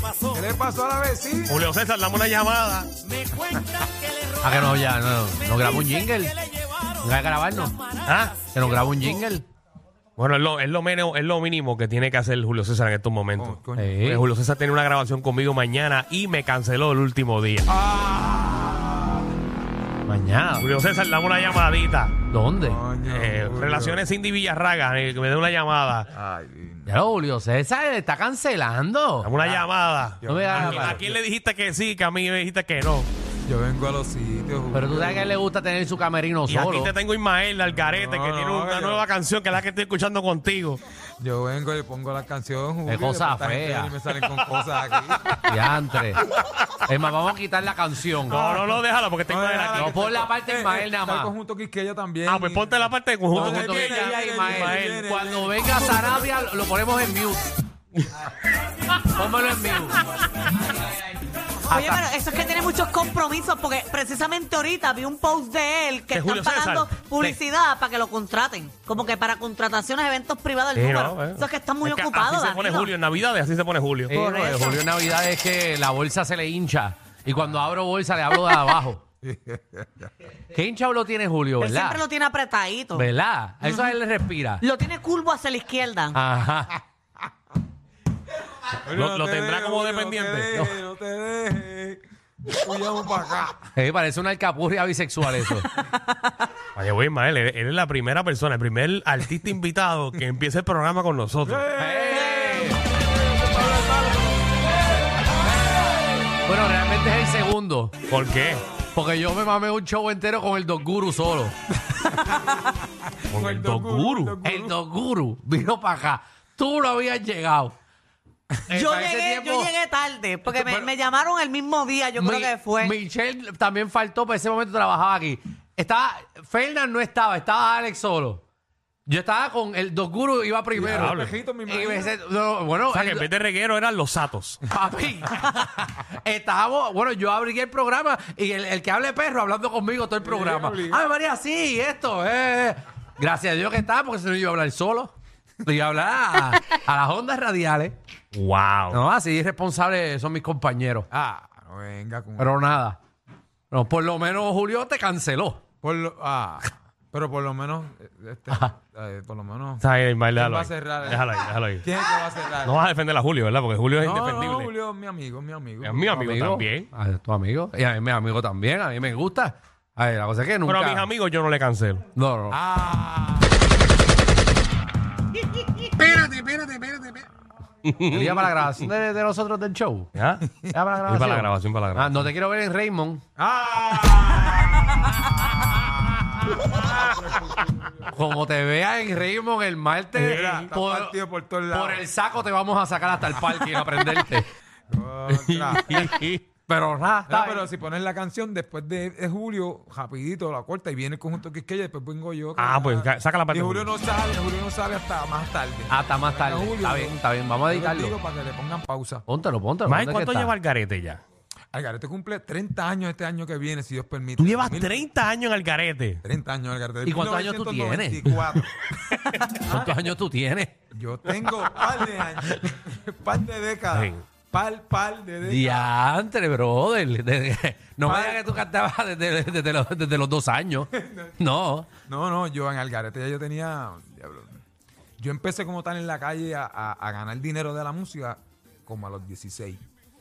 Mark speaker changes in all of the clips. Speaker 1: pasó.
Speaker 2: ¿Qué le pasó a la vecina?
Speaker 3: Julio César, dame una llamada.
Speaker 1: Me cuentan que le robaron.
Speaker 4: Ah, que no, ya, no,
Speaker 1: Me
Speaker 4: nos grabó un
Speaker 1: dicen
Speaker 4: jingle.
Speaker 1: que le llevaron
Speaker 4: Venga a grabarnos.
Speaker 1: las maradas.
Speaker 4: Que nos graba un jingle.
Speaker 3: ¿Ah? Bueno, es lo, es, lo menos, es lo mínimo que tiene que hacer Julio César en estos momentos.
Speaker 2: Oh, coño.
Speaker 4: Eh,
Speaker 3: Porque pues, Julio César tiene una grabación conmigo mañana y me canceló el último día.
Speaker 4: mañana.
Speaker 3: Julio César, dame una llamadita.
Speaker 4: ¿Dónde?
Speaker 2: Coño,
Speaker 3: Eh,
Speaker 2: Julio.
Speaker 3: relaciones Cindy Villarraga, eh, que me dé una llamada.
Speaker 2: Ay, lindo.
Speaker 4: Ya lo Julio César está cancelando.
Speaker 3: Dame una llamada.
Speaker 4: No me
Speaker 3: ¿A,
Speaker 4: da
Speaker 3: quién- a
Speaker 4: la
Speaker 3: quién le dijiste que sí, que a mí me dijiste que no?
Speaker 2: Yo vengo a los sitios. Julio.
Speaker 4: Pero tú sabes que a él le gusta tener su camerino
Speaker 3: Y aquí
Speaker 4: solo.
Speaker 3: te tengo Ismael Algarete,
Speaker 2: No,
Speaker 3: que tiene
Speaker 2: no,
Speaker 3: una
Speaker 2: yo-
Speaker 3: nueva canción que es la que estoy escuchando contigo.
Speaker 2: Yo vengo y le pongo la canción. Julio,
Speaker 4: Qué cosa
Speaker 2: y después esta gente
Speaker 4: fea.
Speaker 2: viene Y me salen con cosas aquí.
Speaker 4: Diantre. Es más, vamos a quitar la canción.
Speaker 3: No, no, no, déjala porque tengo
Speaker 2: No,
Speaker 3: una de
Speaker 2: déjala,
Speaker 3: aquí.
Speaker 4: No,
Speaker 2: que
Speaker 4: pon
Speaker 2: está-
Speaker 4: la parte de
Speaker 2: eh,
Speaker 4: Ismael nada
Speaker 2: está el
Speaker 4: más.
Speaker 2: conjunto Quisqueya también.
Speaker 3: Ah, pues ponte la parte de conjunto.
Speaker 2: No,
Speaker 3: conjunto
Speaker 2: no,
Speaker 3: que
Speaker 2: no,
Speaker 3: ella-
Speaker 2: no, no,
Speaker 4: Ismael.
Speaker 2: Ismael.
Speaker 4: Cuando venga Sarabia, lo ponemos en mute. Pónmelo en mute.
Speaker 5: Oye, pero eso es que tiene muchos compromisos porque precisamente ahorita vi un post de él que
Speaker 3: De Julio
Speaker 5: están pagando
Speaker 3: César.
Speaker 5: publicidad para que lo contraten. Como que para contrataciones, eventos privados del
Speaker 3: Sí,
Speaker 5: número.
Speaker 3: no, eh.
Speaker 5: Eso es que están muy
Speaker 3: Es que
Speaker 5: ocupados.
Speaker 3: Así se pone
Speaker 5: Danilo.
Speaker 3: Julio en Navidades, así se pone Julio.
Speaker 4: Eh, no, de Julio en Navidad es que la bolsa se le hincha. Y cuando abro bolsa, le abro de abajo. ¿Qué hinchado lo tiene Julio,
Speaker 5: Él siempre
Speaker 4: verdad?
Speaker 5: lo tiene apretadito.
Speaker 4: ¿Verdad? A Eso a él le respira.
Speaker 5: Lo tiene curvo hacia la izquierda.
Speaker 3: Ah,
Speaker 4: Ajá.
Speaker 2: Julio,
Speaker 3: Lo-
Speaker 2: no
Speaker 3: lo
Speaker 2: te
Speaker 3: tendrá
Speaker 2: dejes,
Speaker 3: como
Speaker 2: Julio,
Speaker 3: dependiente.
Speaker 2: No te dejes, no te dejes. Huyamos para acá.
Speaker 4: Eh, parece una alcapurria bisexual eso.
Speaker 3: Oye, güey, Ismael, eres, eres la primera persona, el primer artista invitado que empiece el programa con nosotros.
Speaker 4: Eh. Bueno, realmente es el segundo.
Speaker 3: ¿Por qué?
Speaker 4: Porque yo me mamé un show entero con el Dog Guru solo.
Speaker 3: Con el Dog
Speaker 2: Guru,
Speaker 3: Guru.
Speaker 4: El Dog Guru vino para acá. Tú no habías llegado. Eh,
Speaker 5: yo,
Speaker 4: para ese
Speaker 5: llegué, yo
Speaker 4: tiempo-
Speaker 5: llegué tarde porque me,
Speaker 4: Pero-
Speaker 5: me llamaron el mismo día. Yo creo
Speaker 4: Mi-
Speaker 5: que fue.
Speaker 4: Michelle también faltó, para ese momento trabajaba aquí. Estaba, Fernan no estaba, estaba Alex solo. Yo estaba con el Dos Guru, iba primero.
Speaker 3: Diablo.
Speaker 2: Pejito, me
Speaker 4: Y
Speaker 2: imagino.
Speaker 4: me se- no, bueno,
Speaker 3: O sea, que
Speaker 4: el-
Speaker 3: en vez de reguero eran los satos.
Speaker 4: papi, estábamos, bueno, yo abrí el programa y el, el que hable perro hablando conmigo todo el programa. Ay, María, sí, esto, eh. eh. Gracias a Dios que estaba, porque si no yo iba a hablar solo. Yo iba a hablar a, a las ondas radiales.
Speaker 3: ¡Wow!
Speaker 4: No, así irresponsables son mis compañeros.
Speaker 2: Ah, no venga con.
Speaker 4: Pero nada. No, por lo menos Julio te canceló.
Speaker 2: Por lo, ah, pero por lo menos. eh, Este,
Speaker 4: Ah.
Speaker 2: eh, por lo menos.
Speaker 3: Está bien, Ismael, déjalo
Speaker 2: va a
Speaker 3: ahí.
Speaker 2: cerrar, eh?
Speaker 3: Déjalo ahí, déjalo ahí.
Speaker 2: ¿Quién es que va a cerrar?
Speaker 3: No vas a defender a Julio, ¿verdad? Porque Julio es
Speaker 2: No,
Speaker 3: indefendible.
Speaker 2: no, Julio es mi amigo, es mi amigo.
Speaker 3: Es mi
Speaker 2: No,
Speaker 3: amigo, también.
Speaker 4: A tu amigo. Y a mí, mi amigo también. A mí me gusta. A ver, la cosa es que nunca.
Speaker 3: Pero a mis amigos yo no le cancelo.
Speaker 4: No, no.
Speaker 2: Ah,
Speaker 4: El día para la grabación de, de nosotros del show.
Speaker 3: ¿Ya?
Speaker 4: El día para la
Speaker 3: Y para la grabación, para la
Speaker 4: Ah,
Speaker 3: grabación.
Speaker 4: no te quiero ver en Raymond Ah. Como te vea en Raymond el martes,
Speaker 2: Mira, está partido por todos lados.
Speaker 4: por el saco te vamos a sacar hasta el parking a prenderte.
Speaker 2: contra.
Speaker 4: Pero nada, está
Speaker 2: No,
Speaker 4: bien.
Speaker 2: Ah, pero si pones la canción después de, de Julio, rapidito la corta y viene el conjunto Quisqueya, después vengo yo.
Speaker 3: Ah, pues ca- saca la parte
Speaker 2: Y
Speaker 3: de
Speaker 2: Julio
Speaker 3: Julio.
Speaker 2: no sale, Julio no sale hasta más tarde.
Speaker 4: hasta más
Speaker 2: Venga,
Speaker 4: tarde.
Speaker 2: Julio,
Speaker 4: Ah, está
Speaker 2: yo-
Speaker 4: bien, está bien. Vamos a
Speaker 2: yo les digo
Speaker 4: editarlo.
Speaker 2: Para que le pongan pausa.
Speaker 4: Póntelo, póntelo.
Speaker 3: Ismael,
Speaker 4: ¿Dónde es que
Speaker 3: ¿cuánto
Speaker 4: está?
Speaker 3: lleva el garete ya?
Speaker 2: Algarete cumple 30 años este año que viene, si Dios permite.
Speaker 3: Tú llevas
Speaker 2: 30
Speaker 3: 30 años en el garete.
Speaker 2: 30 años, Algarete.
Speaker 4: ¿Y cuántos años tú tienes?
Speaker 2: 1994.
Speaker 4: ¿Cuántos años tú tienes?
Speaker 2: Yo tengo par de años, par de
Speaker 3: Sí.
Speaker 2: décadas, par, par de décadas.
Speaker 4: Diantre, brother. De- de- no me
Speaker 2: Vale.
Speaker 4: digas que tú cantabas desde, desde los, desde los dos años. No.
Speaker 2: No, no, yo en Algarete ya yo tenía. diablo, yo empecé como tal en la calle a, a- a ganar dinero de la música como a los 16.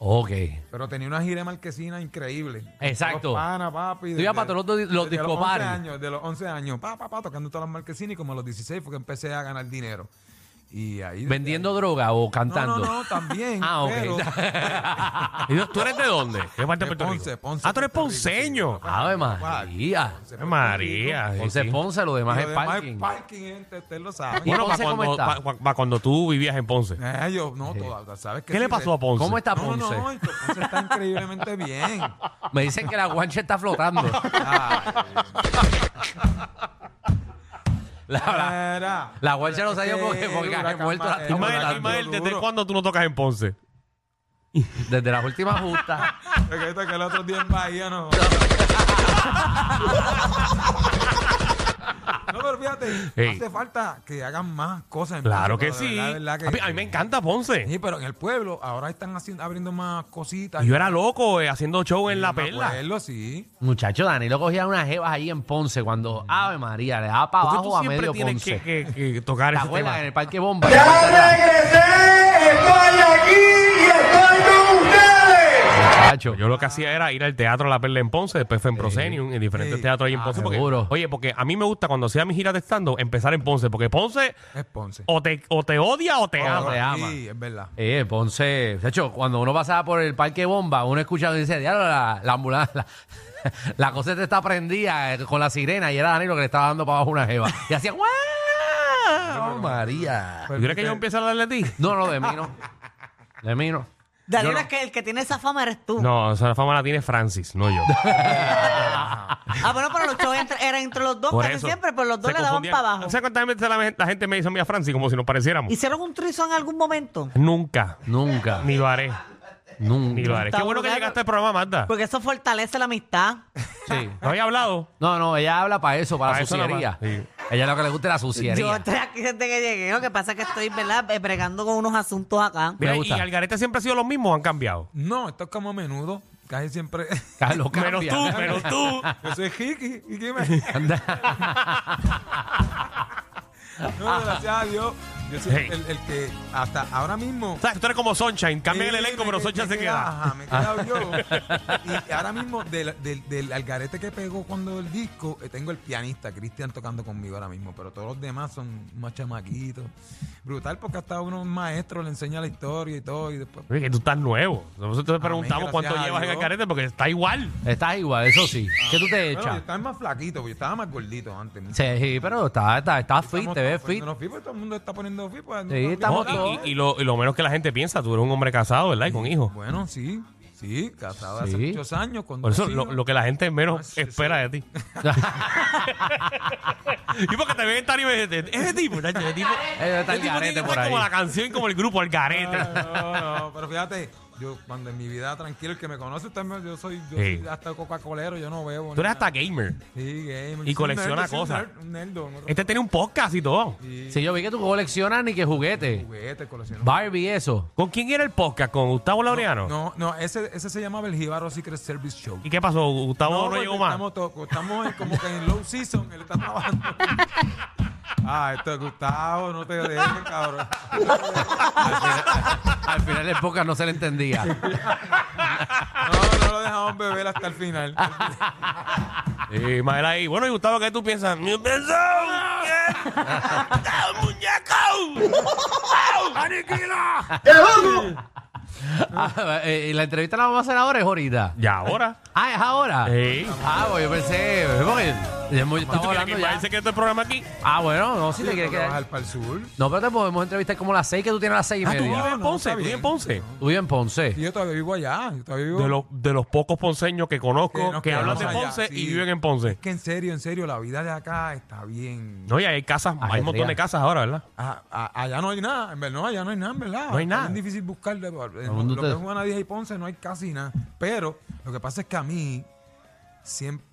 Speaker 4: Ok.
Speaker 2: Pero tenía una gira de marquesina increíble.
Speaker 4: Exacto.
Speaker 2: Los pana, papi.
Speaker 4: Tú ibas para todos los di- los
Speaker 2: desde los
Speaker 4: disco
Speaker 2: 11
Speaker 4: party.
Speaker 2: años, De los 11 años, pa, pa, pa, tocando todas las marquesinas y como a los 16 fue que empecé a ganar dinero. Y ahí.
Speaker 4: ¿Vendiendo droga o
Speaker 2: No,
Speaker 4: cantando?
Speaker 2: no, no, también.
Speaker 4: Ah, ok.
Speaker 2: pero-
Speaker 3: ¿Y tú- ¿Tú eres de dónde? ¿Qué parte de
Speaker 2: De
Speaker 3: Puerto
Speaker 2: Ponce,
Speaker 3: Rico?
Speaker 2: Ponce,
Speaker 3: ah, tú eres
Speaker 2: Puerto Rico, sí.
Speaker 3: ponceño.
Speaker 4: Ave
Speaker 2: Vale.
Speaker 4: María.
Speaker 2: Ponce,
Speaker 3: Ay,
Speaker 2: Puerto
Speaker 3: María.
Speaker 2: Rico.
Speaker 3: sí,
Speaker 4: Ponce
Speaker 3: sí.
Speaker 4: Ponce, lo demás
Speaker 2: Lo
Speaker 4: es
Speaker 2: demás es
Speaker 4: parking.
Speaker 2: parking, gente, usted lo sabe.
Speaker 4: ¿Y
Speaker 3: Bueno, para
Speaker 4: Ponce cómo
Speaker 3: cuando,
Speaker 4: está?
Speaker 3: pa- pa- cuando tú vivías en Ponce.
Speaker 2: Eh, yo, no, todavía, ¿sabes
Speaker 3: ¿Qué le pasó a
Speaker 2: Ponce?
Speaker 3: Ponce?
Speaker 4: ¿Cómo está
Speaker 2: No,
Speaker 4: Ponce?
Speaker 2: no, Ponce está increíblemente bien.
Speaker 4: Me dicen que la guancha está flotando.
Speaker 2: Ay,
Speaker 4: La-
Speaker 2: era.
Speaker 4: la guancha no salió
Speaker 2: Es
Speaker 4: porque-
Speaker 2: que
Speaker 4: porque
Speaker 2: el
Speaker 4: ha
Speaker 2: Este, huracán
Speaker 4: muerto la
Speaker 2: Ma-
Speaker 4: tipa.
Speaker 2: el
Speaker 3: Ismael,
Speaker 2: huracán
Speaker 3: Ismael,
Speaker 2: duro.
Speaker 3: ¿desde cuándo tú no tocas en Ponce?
Speaker 4: desde las últimas justas.
Speaker 2: Lo que esto que el otro día en Bahía no. No, pero fíjate,
Speaker 3: Ey.
Speaker 2: hace falta que hagan más cosas. en
Speaker 3: Claro que
Speaker 2: Ponce, pero de
Speaker 3: sí.
Speaker 2: verdad, de verdad que-
Speaker 3: a, mí, a mí me encanta Ponce.
Speaker 2: Sí, pero en el pueblo ahora están haciendo, abriendo más cositas.
Speaker 3: Yo era loco eh, haciendo show en La
Speaker 2: Me
Speaker 3: Perla.
Speaker 2: acuerdo, sí.
Speaker 4: Muchacho, Danilo cogía unas jevas ahí en Ponce cuando, Ave María, le daba para
Speaker 3: Porque
Speaker 4: abajo
Speaker 3: tú
Speaker 4: a
Speaker 3: siempre
Speaker 4: medio
Speaker 3: tienes
Speaker 4: Ponce.
Speaker 3: que, que- que tocar
Speaker 4: ¿Te
Speaker 3: ese
Speaker 4: acuerdas?
Speaker 3: tema.
Speaker 4: En el Parque Bomba. en el Parque Bomba. Muchacho.
Speaker 3: Yo lo que hacía era ir al teatro La Perla en Ponce, después fue en Proscenium, en diferentes
Speaker 2: Sí.
Speaker 3: teatros ahí en
Speaker 4: Ah,
Speaker 3: Ponce. porque-
Speaker 4: seguro.
Speaker 3: oye, porque a mí me gusta cuando hacía mis giras de estando empezar en Ponce, porque Ponce
Speaker 2: Es Ponce.
Speaker 3: o te, o te odia o te
Speaker 2: Ah,
Speaker 4: O
Speaker 3: ama.
Speaker 4: te ama.
Speaker 2: Sí, es verdad.
Speaker 4: Eh, Ponce, de hecho, cuando uno pasaba por el parque bomba, uno escuchaba y dice, diablo, la, la ambulancia, la, la coseta está prendida eh, con la sirena y era Danilo que le estaba dando para abajo una jeva. Y hacía, ¡guau! ¡Oh, María!
Speaker 3: ¿Tú crees que yo empiezo a hablar de ti?
Speaker 4: No, no, de mí no. De mí no.
Speaker 5: Danilo es que el que tiene esa fama eres tú.
Speaker 3: No, esa fama la tiene Francis, no yo.
Speaker 5: Ah, bueno, pero los shows entre- eran entre los dos, casi siempre, pero los dos
Speaker 3: se
Speaker 5: le daban
Speaker 3: confundían.
Speaker 5: para abajo.
Speaker 3: ¿Sabes cuántas veces la, la gente me hizo a mí a Francis como si nos pareciéramos?
Speaker 5: ¿Hicieron un trizo en algún momento?
Speaker 3: Nunca,
Speaker 4: Nunca,
Speaker 3: ni lo haré, ni lo
Speaker 4: nunca.
Speaker 3: haré. Qué bueno que
Speaker 5: Estamos
Speaker 3: llegaste al programa, Magda.
Speaker 5: Porque eso fortalece la amistad.
Speaker 4: Sí.
Speaker 3: No había hablado.
Speaker 4: No, no, ella habla para eso, para
Speaker 3: Pa'
Speaker 4: la
Speaker 3: eso nada
Speaker 4: suciería.
Speaker 3: más. Sí.
Speaker 4: Ella lo que le gusta es la
Speaker 5: Yo
Speaker 4: suciería.
Speaker 5: estoy aquí desde que llegué. Lo que pasa es que estoy, ¿verdad? Eh, Bregando con unos asuntos acá.
Speaker 3: Mira, y
Speaker 4: gusta.
Speaker 3: Algarete siempre ha sido lo mismo, han cambiado.
Speaker 2: No, esto es como a menudo. Casi siempre.
Speaker 4: Carlos
Speaker 3: Menos
Speaker 4: cambia.
Speaker 3: tú, menos tú.
Speaker 2: Yo soy Hiki. ¿Y qué me.? No, gracias a Dios. Yo soy
Speaker 3: Hey.
Speaker 2: el, el que hasta ahora mismo.
Speaker 3: O sea, tú eres como Sunshine, cambia el
Speaker 2: Sí,
Speaker 3: elenco,
Speaker 2: me-
Speaker 3: pero
Speaker 2: me-
Speaker 3: Sunshine
Speaker 2: me
Speaker 3: se queda.
Speaker 2: Ajá, me he quedado yo. Y ahora mismo, del, del, del algarete que pegó cuando el disco, eh, tengo el pianista Cristian tocando conmigo ahora mismo, pero todos los demás son más chamaquitos. Brutal, porque hasta uno es maestro, le enseña la historia y todo, y después.
Speaker 3: Oye, que tú estás nuevo. Nosotros te preguntamos
Speaker 2: gracias
Speaker 3: cuánto
Speaker 2: a
Speaker 3: llevas en
Speaker 2: Dios.
Speaker 3: Algarete porque está igual.
Speaker 4: Estás igual, eso sí. ¿Qué tú te
Speaker 2: Bueno, yo
Speaker 4: echas?
Speaker 2: estaba más flaquito, porque yo estaba más gordito antes. mucho.
Speaker 4: Sí, pero está, está, está fit,
Speaker 2: Estamos
Speaker 4: te ves
Speaker 2: todos
Speaker 4: fit.
Speaker 2: poniéndonos fit, porque todo el mundo está poniendo fit. pues,
Speaker 4: Sí,
Speaker 2: no-
Speaker 4: estamos
Speaker 2: no-
Speaker 4: todos.
Speaker 3: Y, y lo, y lo menos que la gente piensa, tú eres un hombre casado, ¿verdad? Y con hijos.
Speaker 2: Bueno, sí, sí, casado
Speaker 4: Sí.
Speaker 2: hace muchos años. Con
Speaker 3: Por
Speaker 2: dos
Speaker 3: eso, lo,
Speaker 2: hijos.
Speaker 3: lo que la gente
Speaker 2: Ah,
Speaker 3: menos
Speaker 2: sí,
Speaker 3: espera de ti. y porque te ven estar y me dicen, ese tipo, muchacho, ese tipo.
Speaker 4: debe estar
Speaker 3: ese tipo
Speaker 4: garete
Speaker 3: tiene-
Speaker 4: por
Speaker 3: es como
Speaker 4: ahí.
Speaker 3: la
Speaker 4: Ah,
Speaker 3: canción, como el grupo, el garete.
Speaker 2: No, no, pero fíjate, yo cuando en mi vida tranquilo, el que me conoce, usted me- yo soy, yo
Speaker 3: Sí.
Speaker 2: soy hasta Coca-Colero, yo no bebo.
Speaker 3: Tú eres
Speaker 2: ni nada.
Speaker 3: hasta gamer.
Speaker 2: Sí, gamer. Soy
Speaker 3: y
Speaker 2: un
Speaker 3: colecciona
Speaker 2: nerd, soy un
Speaker 3: cosas.
Speaker 2: nerd, Un nerd, un otro
Speaker 3: Este tiene un podcast y todo.
Speaker 4: Sí, yo vi que tú coleccionas ni que juguete.
Speaker 2: juguete, colecciona.
Speaker 4: Barbie, eso.
Speaker 3: ¿Con quién era el podcast? ¿Con Gustavo Laureano?
Speaker 2: No, no, ese, ese se llamaba el Jíbaro Secret Service Show.
Speaker 3: ¿Y qué pasó? ¿Gustavo no,
Speaker 4: pues,
Speaker 2: porque
Speaker 3: llegó más?
Speaker 2: Estamos, to- estamos en- como que en low season, él está trabajando. Ah, esto es Gustavo, no te dejes, cabrón.
Speaker 4: Al final el podcast no se le entendía.
Speaker 2: No, no lo dejamos beber hasta el final.
Speaker 3: Sí, Mael ahí. Bueno, y Gustavo, ¿qué tú piensas? Yo pienso que está muñeco. ¡Aniquila!
Speaker 4: Ah, eh, ¿Y la entrevista la vamos a hacer ahora o es ahorita?
Speaker 3: Y ahora.
Speaker 4: Ah, es ahora.
Speaker 2: Eh.
Speaker 3: Sí.
Speaker 4: Ah, pues yo pensé, porque ya hemos-
Speaker 3: ¿Tú quieres
Speaker 4: estamos hablando
Speaker 3: que
Speaker 4: ya.
Speaker 3: parece que este programa aquí?
Speaker 4: Ah, bueno, no, si te
Speaker 2: Quiero
Speaker 4: quieres quedar.
Speaker 2: trabajar para el sur.
Speaker 4: No, pero te podemos entrevistar como a las seis que tú tienes a las seis y
Speaker 3: Ah, tú vives
Speaker 4: media.
Speaker 2: no,
Speaker 3: en
Speaker 2: no,
Speaker 3: Ponce.
Speaker 2: está
Speaker 3: Tú vives
Speaker 2: bien.
Speaker 3: en Ponce.
Speaker 4: Tú vives en Ponce.
Speaker 2: Y yo todavía vivo allá. Yo todavía vivo.
Speaker 3: De los, de los pocos ponceños que
Speaker 2: Que
Speaker 3: conozco
Speaker 2: nos
Speaker 3: que hablan de
Speaker 2: quedamos allá,
Speaker 3: Ponce y
Speaker 2: sí.
Speaker 3: viven en Ponce.
Speaker 2: Es que en serio, en serio, la vida de acá está bien.
Speaker 3: No, y hay casas,
Speaker 4: Ah,
Speaker 3: hay un montón
Speaker 4: Adrián.
Speaker 3: de casas ahora, ¿verdad?
Speaker 2: A- a- allá no hay nada, en verdad, no, allá no hay nada, en verdad.
Speaker 3: No hay nada.
Speaker 2: Es difícil buscarle. eh, Lo,
Speaker 4: mundo
Speaker 2: que
Speaker 4: te-
Speaker 2: es Juana Díaz y Ponce no hay casi nada. Pero lo que pasa es que a mí, siempre,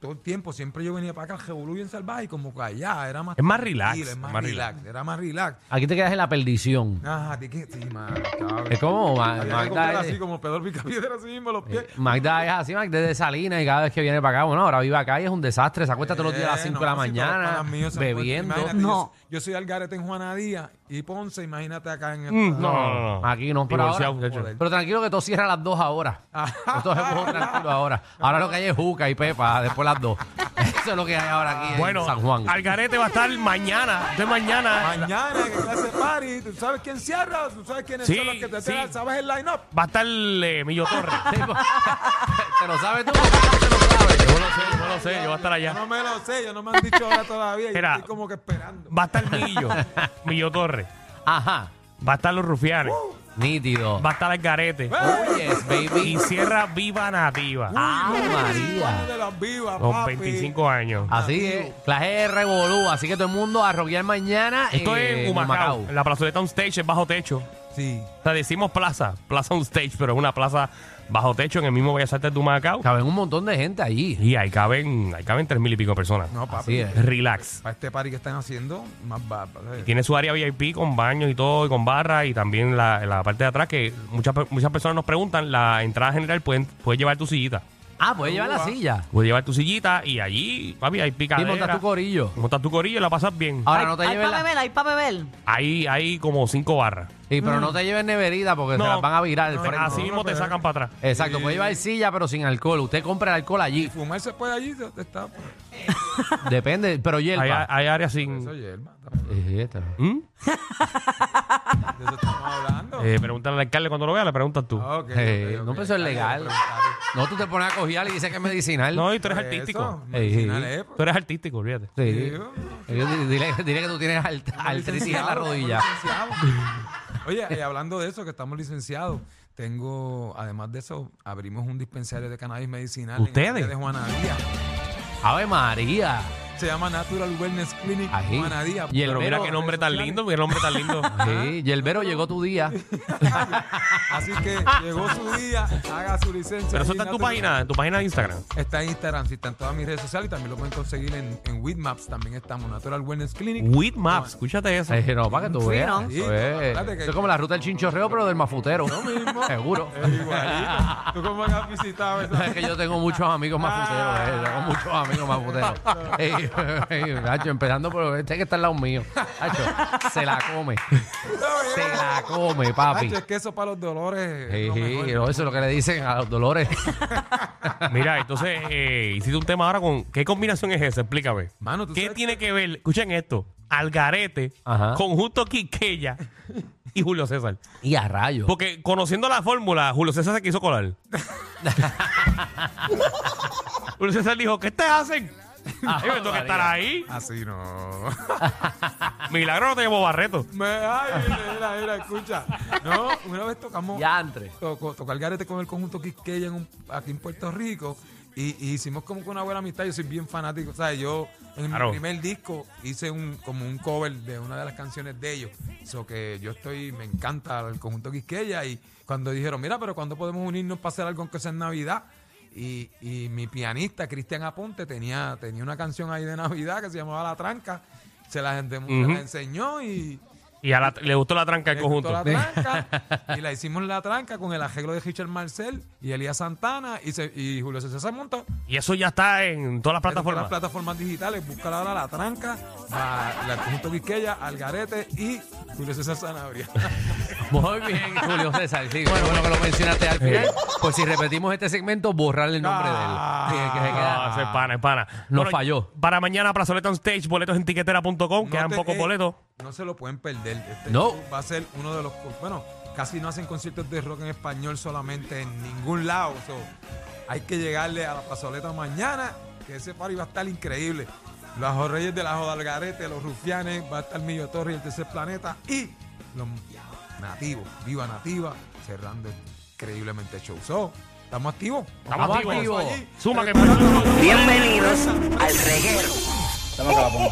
Speaker 2: todo el tiempo, siempre yo venía para acá, al Revolú bien salvaje, y como que allá era más.
Speaker 3: Es más relax,
Speaker 2: tranquilo, Es más, relax, Era más relax.
Speaker 4: Aquí te quedas en la perdición.
Speaker 2: Ajá, ti que. Sí, mano, cabrón.
Speaker 4: Es como Ma-
Speaker 2: Había que comprar
Speaker 4: Magda.
Speaker 2: así,
Speaker 4: es- Eh,
Speaker 2: como Pedro Picapiedra, así mismo, los pies.
Speaker 4: Magda es así, Magda es de Salinas y cada vez que viene para acá, bueno, ahora vive acá y es un desastre. Se acuesta todos los días a las
Speaker 2: Eh,
Speaker 4: 5
Speaker 2: no,
Speaker 4: de la
Speaker 2: si todos los
Speaker 4: mañana,
Speaker 2: panas míos se
Speaker 4: bebiendo.
Speaker 2: encuentran- imagínate,
Speaker 5: No.
Speaker 2: Yo, yo soy Algarete en Juana Díaz y Ponce, imagínate acá en el.
Speaker 4: Aquí no, pero
Speaker 3: Divorciado,
Speaker 4: ahora-
Speaker 3: de hecho.
Speaker 4: Pero tranquilo que todo cierra a las dos ahora. Esto es muy tranquilo ahora. Ahora lo que hay es Juca y Pepa, después las dos. Eso es lo que hay ahora aquí
Speaker 3: Bueno,
Speaker 4: en San Juan.
Speaker 3: Algarete va a estar mañana. Entonces mañana
Speaker 2: Mañana que clase party, tú sabes quién cierra, tú sabes quiénes
Speaker 3: Sí,
Speaker 2: son los que te
Speaker 3: sí.
Speaker 2: tiran, sabes el line-up.
Speaker 3: va a estar eh, Millo Torres.
Speaker 4: ¿Te lo sabes tú? ¿Te lo sabes?
Speaker 3: Yo lo sé, yo lo sé, yo voy a estar
Speaker 2: Yo
Speaker 3: allá.
Speaker 2: no me lo sé, yo no me han dicho ahora todavía, yo
Speaker 3: Era-
Speaker 2: estoy como que esperando.
Speaker 3: Va a estar Millo, Millo Torres.
Speaker 4: Ajá.
Speaker 3: Va a estar Los Rufianes.
Speaker 4: Nítido.
Speaker 3: Va a estar Algarete.
Speaker 4: Oh, yes, baby.
Speaker 3: Y cierra Viva Nativa.
Speaker 4: Ah, María.
Speaker 2: De las vivas,
Speaker 3: Con
Speaker 2: papi.
Speaker 3: 25 años.
Speaker 4: Así es. Clase de revolú. Así que todo el mundo a roquear mañana.
Speaker 3: Esto
Speaker 4: eh,
Speaker 3: es en Humacao, en la plazoleta on stage, es bajo techo.
Speaker 2: Sí.
Speaker 3: O sea, decimos plaza, plaza on stage, pero es una plaza bajo techo en el mismo Bellas Artes de Humacao.
Speaker 4: Caben un montón de gente allí.
Speaker 3: Y ahí caben, ahí caben tres mil y pico personas.
Speaker 2: No, papi.
Speaker 4: Así es.
Speaker 3: Relax.
Speaker 2: Para este party que están haciendo, más va. eh. ¿sabes?
Speaker 3: Tiene su área VIP con baños y todo, y con barra, y también la, la parte de atrás, que muchas, pe- muchas personas nos preguntan, la entrada general pueden, puedes llevar tu sillita.
Speaker 4: Ah, puedes llevar la silla.
Speaker 3: Puedes llevar tu sillita y allí, papi, hay
Speaker 4: Y
Speaker 3: picadera.
Speaker 4: montas tu corillo.
Speaker 3: Montas tu corillo y la pasas bien.
Speaker 2: Ah.
Speaker 4: Ahora
Speaker 5: Hay-
Speaker 4: no te
Speaker 5: hay
Speaker 4: lleves
Speaker 5: para
Speaker 4: la-
Speaker 5: beber, hay para beber.
Speaker 3: Ahí hay como cinco barras.
Speaker 4: Sí, pero no te lleves neverita porque
Speaker 3: No.
Speaker 4: se las van a virar.
Speaker 3: No,
Speaker 4: frente.
Speaker 3: así mismo te sacan para atrás.
Speaker 4: Exacto, puede llevar silla, pero sin alcohol. Usted compra el alcohol allí.
Speaker 2: Fumar se puede allí, te- te está. Pues,
Speaker 4: Depende, pero
Speaker 3: Hay,
Speaker 2: ah,
Speaker 4: hierba.
Speaker 3: hay áreas sin...
Speaker 2: Eso, yerma. también.
Speaker 4: Sí, está.
Speaker 3: ¿Mm?
Speaker 2: De eso estamos hablando.
Speaker 3: Eh, pregúntale al alcalde cuando lo vea, le preguntas tú.
Speaker 2: Ah, ok, ok,
Speaker 4: Eh,
Speaker 2: ok.
Speaker 4: no, pero eso es
Speaker 2: Está bien,
Speaker 4: legal.
Speaker 2: preguntarle.
Speaker 4: No, tú te pones a cojear y dices que es medicinal.
Speaker 3: No, y tú eres
Speaker 2: Eso,
Speaker 3: artístico.
Speaker 2: medicinal,
Speaker 4: Ey.
Speaker 2: eh,
Speaker 3: Tú eres artístico, olvídate.
Speaker 4: Sí.
Speaker 2: Yo-
Speaker 4: Yo di- dile, dile que tú tienes alt- artritis en la
Speaker 2: Licenciado,
Speaker 4: rodilla.
Speaker 2: licenciado. Oye, eh, hablando de eso, que estamos licenciados, tengo, además de eso, abrimos un dispensario de cannabis medicinal. en el
Speaker 3: ¿Ustedes?
Speaker 2: área de Juana Díaz.
Speaker 4: Ave María.
Speaker 2: Se llama Natural Wellness Clinic
Speaker 4: Ají.
Speaker 2: Juana Díaz.
Speaker 4: Y el
Speaker 3: Pero mira
Speaker 4: Pero
Speaker 3: qué nombre tan lindo, mira el nombre tan lindo.
Speaker 4: Sí, Yerbero llegó tu día.
Speaker 2: Así que llegó su día, haga su licencia.
Speaker 3: Pero eso
Speaker 2: allí
Speaker 3: está en
Speaker 2: Natural-
Speaker 3: tu página, en tu página de Instagram.
Speaker 2: Está en Instagram, sí, está en todas mis redes sociales y también lo pueden conseguir en, en Weedmaps. También estamos, Natural Wellness Clinic.
Speaker 3: With Maps, escúchate eso.
Speaker 4: Dije, Eh, no, para que tú
Speaker 5: Sí,
Speaker 4: veas.
Speaker 5: ¿no?
Speaker 4: Eso
Speaker 2: Sí,
Speaker 4: es,
Speaker 2: espérate que- Eh,
Speaker 4: eso es como la ruta del chinchorreo, pero del mafutero. Seguro.
Speaker 2: Es igualito. ¿Tú cómo has visitado esa?
Speaker 4: Es que yo tengo muchos amigos mafuteros, eh. tengo muchos amigos mafuteros. Ey, ey, Nacho, empezando por este que está al lado mío. Nacho, se la come. Se la come, papi.
Speaker 2: Hacho, es que eso para los dolores. es
Speaker 4: Ey,
Speaker 2: lo mejor.
Speaker 4: ey, no, eso es lo que le dicen a los dolores.
Speaker 3: Mira, entonces eh, hiciste un tema ahora con. ¿Qué combinación es esa? Explícame.
Speaker 2: Mano, tú
Speaker 3: ¿Qué
Speaker 2: sabes
Speaker 3: tiene que ver? Escuchen esto: Algarete,
Speaker 4: Ajá.
Speaker 3: Conjunto Quiqueya y Julio César.
Speaker 4: Y a rayos.
Speaker 3: Porque conociendo la fórmula, Julio César se quiso colar. Julio César dijo: ¿Qué te hacen? Yo tengo que estar ahí.
Speaker 2: Así Ah, no.
Speaker 3: Milagro no te llevó Barreto.
Speaker 2: Me- ay, mira, mira, mira, escucha. No, una vez tocamos.
Speaker 4: Yantre.
Speaker 2: Tocó, tocó el garete con el conjunto Quisqueya en un- aquí en Puerto Rico. Y, y hicimos como que una buena amistad. Yo soy bien fanático. O sea, yo en
Speaker 3: Claro.
Speaker 2: mi primer disco hice un como un cover de una de las canciones de ellos. So que yo estoy, me encanta el conjunto Quisqueya. Y cuando dijeron, mira, pero cuando podemos unirnos para hacer algo que sea en Navidad? Y, y mi pianista, Cristian Aponte, tenía, tenía una canción ahí de Navidad que se llamaba La Tranca. Se la, gente, se la
Speaker 3: Ujú.
Speaker 2: enseñó y
Speaker 3: Y a la- le gustó la tranca al
Speaker 2: le gustó
Speaker 3: conjunto.
Speaker 2: La tranca, y la hicimos la tranca con el arreglo de Richard Marcel y Elías Santana y, se- y Julio César se montó.
Speaker 3: Y eso ya está en todas las
Speaker 2: Las
Speaker 3: plataformas.
Speaker 2: plataformas digitales, busca ahora la tranca, la, la conjunto Quisqueya, Algarete y Julio César Sanabria.
Speaker 4: Muy bien, Julio César. Sí, bueno, bueno que lo mencionaste al final. Pues si repetimos este segmento, borrarle el nombre
Speaker 2: Ah.
Speaker 4: de él. Sí, que se queda-
Speaker 3: No, ese es pana, es pana.
Speaker 4: No falló.
Speaker 3: Para mañana, Plazoleta on Stage, boletos en tiquetera.com.
Speaker 2: No
Speaker 3: Quedan
Speaker 2: te-
Speaker 3: pocos
Speaker 2: eh,
Speaker 3: boletos.
Speaker 2: No se lo pueden perder. Este
Speaker 4: No.
Speaker 2: show Va a ser uno de los. Bueno, casi no hacen conciertos de rock en español solamente en ningún lado. So, hay que llegarle a la pasoleta mañana, que ese party va a estar increíble. Los Reyes de la Joda Algarete, los Rufianes, va a estar Millo Torres, el tercer planeta y los nativos, Viva Nativa, cerrando increíblemente el show. So, estamos activos.
Speaker 3: Estamos
Speaker 4: Vamos
Speaker 3: activos.
Speaker 4: activos.
Speaker 3: Suma que empezamos.
Speaker 6: Bienvenidos al reguero.